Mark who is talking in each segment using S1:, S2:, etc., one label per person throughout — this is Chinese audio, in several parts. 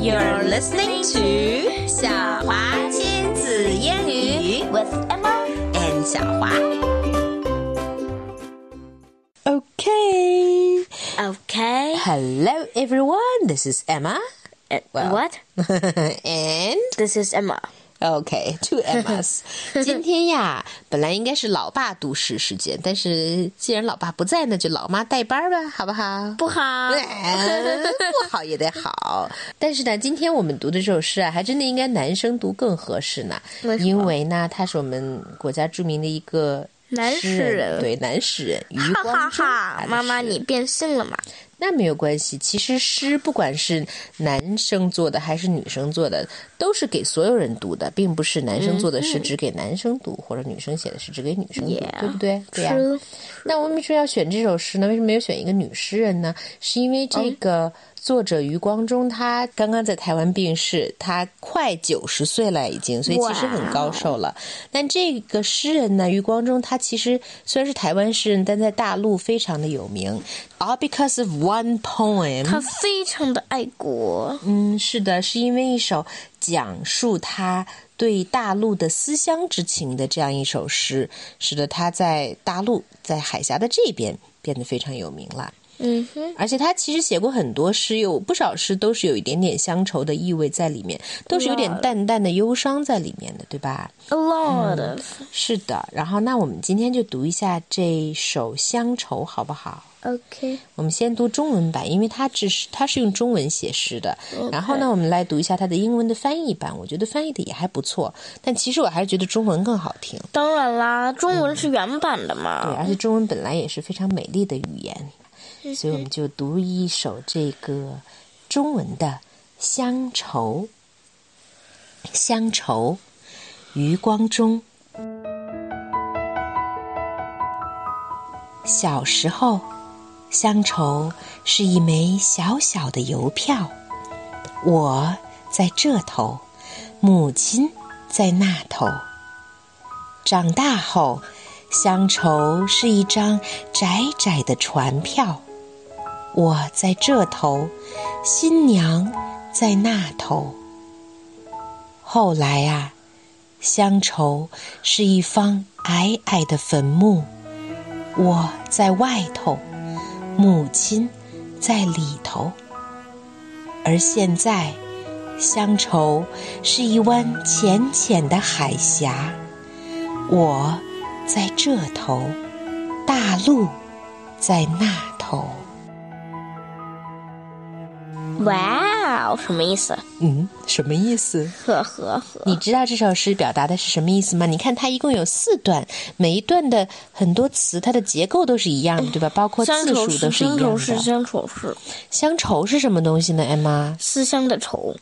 S1: You're listening to 小华亲子英语
S2: with Emma.
S1: and 小华。Okay.
S2: Okay.
S1: Hello, everyone. This is Emma.
S2: Uh,
S1: Well.
S2: What?
S1: and
S2: This is Emma.
S1: OK, two Emmas。今天呀，本来应该是老爸读诗时间，但是既然老爸不在呢，就老妈代班儿吧，好不好？
S2: 不好。
S1: 哎不好也得好。但是呢，今天我们读的这首诗啊，还真的应该男生读更合适呢，
S2: 为什么
S1: 因为呢，他是我们国家著名的一个
S2: 男
S1: 诗
S2: 诗人
S1: 对男诗人余光中。啊他的诗
S2: 哈哈哈！妈妈，你变性了吗？
S1: 那没有关系，其实诗不管是男生做的还是女生做的，都是给所有人读的，并不是男生做的诗只给男生读，或者女生写的诗只给女生读
S2: 嗯 Yeah，
S1: 对不对？对呀、
S2: True.
S1: 那我们说要选这首诗呢，为什么没有选一个女诗人呢？是因为这个作者余光中他刚刚在台湾病逝，他快九十岁了已经，所以其实很高寿了。但这个诗人呢，余光中他其实虽然是台湾诗人，但在大陆非常的有名。All because of one poem，
S2: 他非常的爱国。
S1: 嗯，是的，是因为一首讲述他对大陆的思乡之情的这样一首诗，使得他在大陆，在海峡的这边变得非常有名了。而且他其实写过很多诗，有不少诗都是有一点点乡愁的意味在里面，都是有点淡淡的忧伤在里面的，对吧？
S2: A lot of.
S1: 是的。然后，那我们今天就读一下这首《乡愁》，好不好？
S2: Okay.
S1: 我们先读中文版，因为它只是它是用中文写诗的。然后呢，我们来读一下它的英文的翻译版，我觉得翻译的也还不错。但其实我还是觉得中文更好听。
S2: 当然
S1: 对，
S2: 啦，中文是原版的嘛。
S1: 而且中文本来也是非常美丽的语言，所以我们就读一首这个中文的《乡愁》。乡愁，余光中。小时候，乡愁是一枚小小的邮票，我在这头，母亲在那头。长大后，乡愁是一张窄窄的船票，我在这头，新娘在那头。后来啊，乡愁是一方矮矮的坟墓，我在外头，母亲在里头。而现在，乡愁是一湾浅浅的海峡。我在这头，大陆在那头。
S2: Wow，什么意思？呵呵呵。
S1: 嗯，什么意思？你知道这首诗表达的是什么意思吗？你看它一共有四段，每一段的很多词，它的结构都是一样的，对吧？包括字数都是一样的。乡愁是什么东西呢？艾妈，
S2: 乡愁是乡愁是乡愁是思乡的愁。嗯，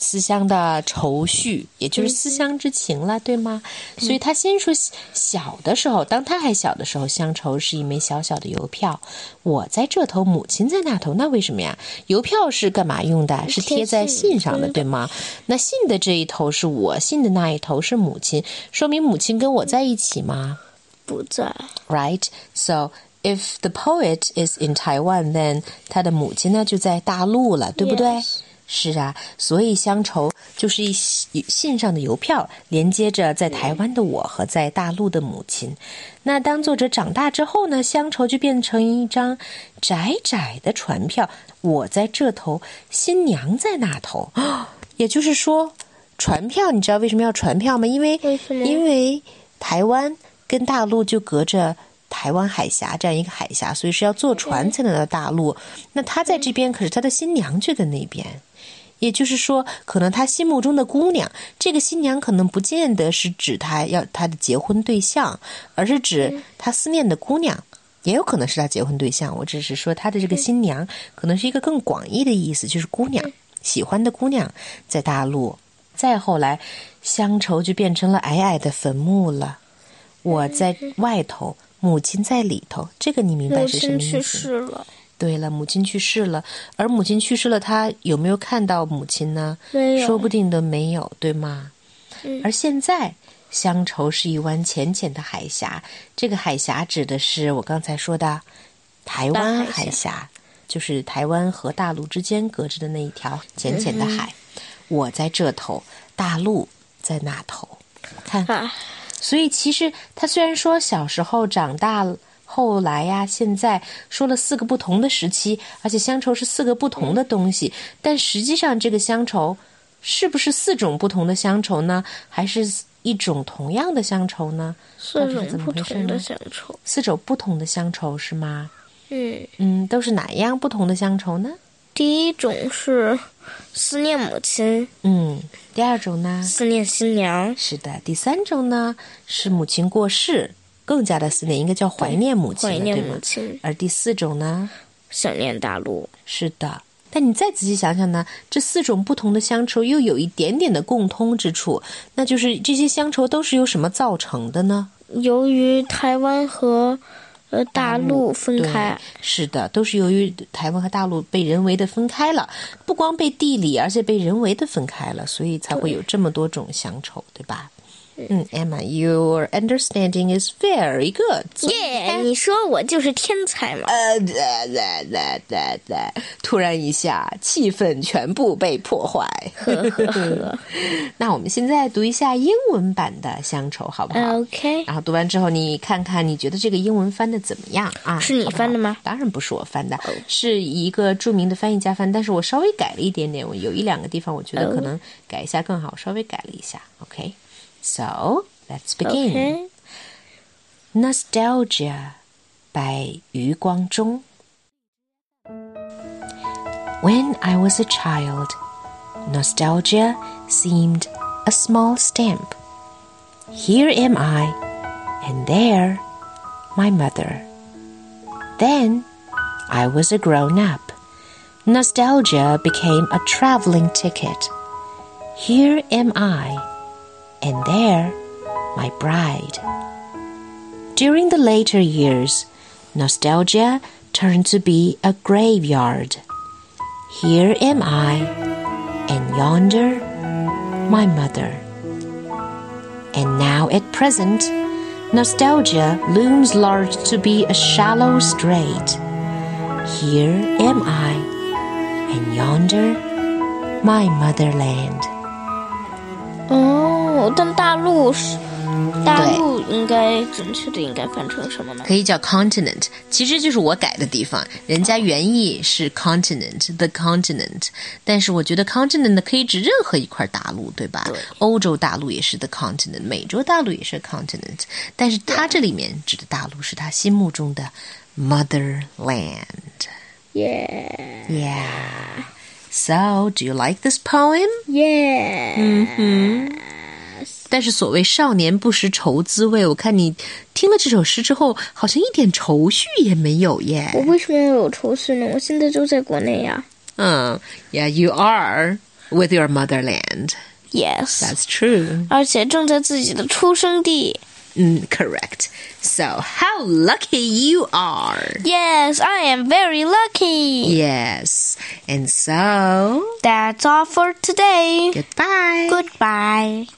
S1: 思乡的愁绪，也就是思乡之情了，对吗？所以他先说小的时候，当他还小的时候，乡愁是一枚小小的邮票，我在这头，母亲在那头，那为什么呀？邮票是干嘛用的？是贴在信上的，对吗？那信的这一头是我，信的那一头是母亲，说明母亲跟我在一起吗？
S2: 不在。
S1: right? So if the poet is in Taiwan, then 他的母亲呢就在大陆了，对不对
S2: Yes.
S1: 是啊，所以乡愁就是一信信上的邮票，连接着在台湾的我和在大陆的母亲。那当作者长大之后呢，乡愁就变成一张窄窄的船票，我在这头，新娘在那头。 也就是说，船票，你知道为什么要船票吗？因为
S2: 为什么
S1: 因为台湾跟大陆就隔着台湾海峡这样一个海峡，所以是要坐
S2: 嗯
S1: 船才能到大陆。那他在这边，可是他的新娘却在那边。也就是说，可能他心目中的姑娘，这个新娘可能不见得是指他要他的结婚对象，而是
S2: 嗯
S1: 指他思念的姑娘，也有可能是他结婚对象。我只是说他的这个新娘，可能是一个更广义的意思，就是姑娘，喜欢的姑娘在大陆。再后来，乡愁就变成了矮矮的坟墓了。我在外头，母亲在里头，这个你明白
S2: 嗯母
S1: 是什么
S2: 亲去
S1: 意思吗？
S2: 世了，
S1: 对了，母亲去世了，而母亲去世了，他有没有看到母亲呢？
S2: 没有嗯
S1: 说不定都没有，对吗？而现在，乡愁是一湾浅浅的海峡，这个海峡指的是我刚才说的台湾
S2: 大海峡嗯
S1: 峡，就是台湾和大陆之间隔着的那一条浅浅的海。我在这头，大陆在那头。看，
S2: 啊，
S1: 所以其实他虽然说小时候、长大了、后来呀、现在说了四个不同的时期，而且乡愁是四个不同的东西，但实际上这个乡愁是不是四种不同的乡愁呢？还是一种同样的乡愁呢？
S2: 四种不同的乡愁。
S1: 四种不同的乡愁是吗？
S2: 嗯，
S1: 嗯，都是哪样不同的乡愁呢？
S2: 第一种是思念母亲，
S1: 嗯，第二种呢？
S2: 思念新娘。
S1: 是的，第三种呢是母亲过世，更加的思念，应该叫怀念母亲
S2: 怀
S1: 了，
S2: 念
S1: 对
S2: 母
S1: 吗？
S2: 亲，
S1: 而第四种呢，
S2: 想念大陆。
S1: 是的。但你再仔细想想呢，这四种不同的乡愁又有一点点的共通之处，那就是这些乡愁都是由什么造成的呢？
S2: 由于台湾和呃大陆分开，啊
S1: 对，是的，都是由于台湾和大陆被人为的分开了，不光被地理，而且被人为的分开了，所以才会有这么多种乡愁，对吧？嗯，Emma，your understanding is very good.
S2: 耶你说我就是天才嘛？
S1: 呃，哒哒哒哒哒！突然一下，气氛全部被破坏。 那我们现在读一下英文版的乡愁，好不好？
S2: 呃 OK，
S1: 然后读完之后，你看看你觉得这个英文翻的怎么样啊？
S2: 是你
S1: 好不好
S2: 翻的吗哦
S1: 当然不是我翻的，是一个著名的翻译家翻，但是我稍微改了一点点，我有一两个地方我觉得
S2: 哦
S1: 可能改一下更好，稍微改了一下。OK，so、let's begin。
S2: OK，
S1: Nostalgia by Yu Guangzhong. When I was a child, nostalgia seemed a small stamp. Here am I, and there, my mother. Then I was a grown up. Nostalgia became a traveling ticket. Here am I, and there, my bride. During the later years, nostalgia turned to be a graveyard. Here am I, and yonder, my mother. And now at present, nostalgia looms large to be a shallow strait. Here am I, and yonder, my motherland.
S2: 哦，但大陆是大陆应该准确的应该翻成什么呢？
S1: 可以叫 continent，其实就是我改的地方，人家原意是 continent，the continent，但是我觉得 continent 可以指任何一块大陆，对吧？欧洲大陆也是 the continent，美洲大陆也是 continent，但是它这里面指的大陆是他心目中的 motherland。嗯
S2: 耶
S1: Yeah. So, do you like this poem?
S2: 耶，
S1: 但是所谓少年不识愁滋味，我看你听了这首诗之后，好像一点愁绪也没有耶。
S2: 我为什么要有愁绪呢？我现在就在国内呀。
S1: 嗯 y e a h you are with your motherland.
S2: Yes，
S1: That's true.
S2: 而且正在自己的出生地。
S1: 嗯 Mm, correct. So how lucky you are.
S2: Yes，I am very lucky.
S1: Yes. And so,
S2: That's all for today.
S1: goodbye.
S2: Goodbye.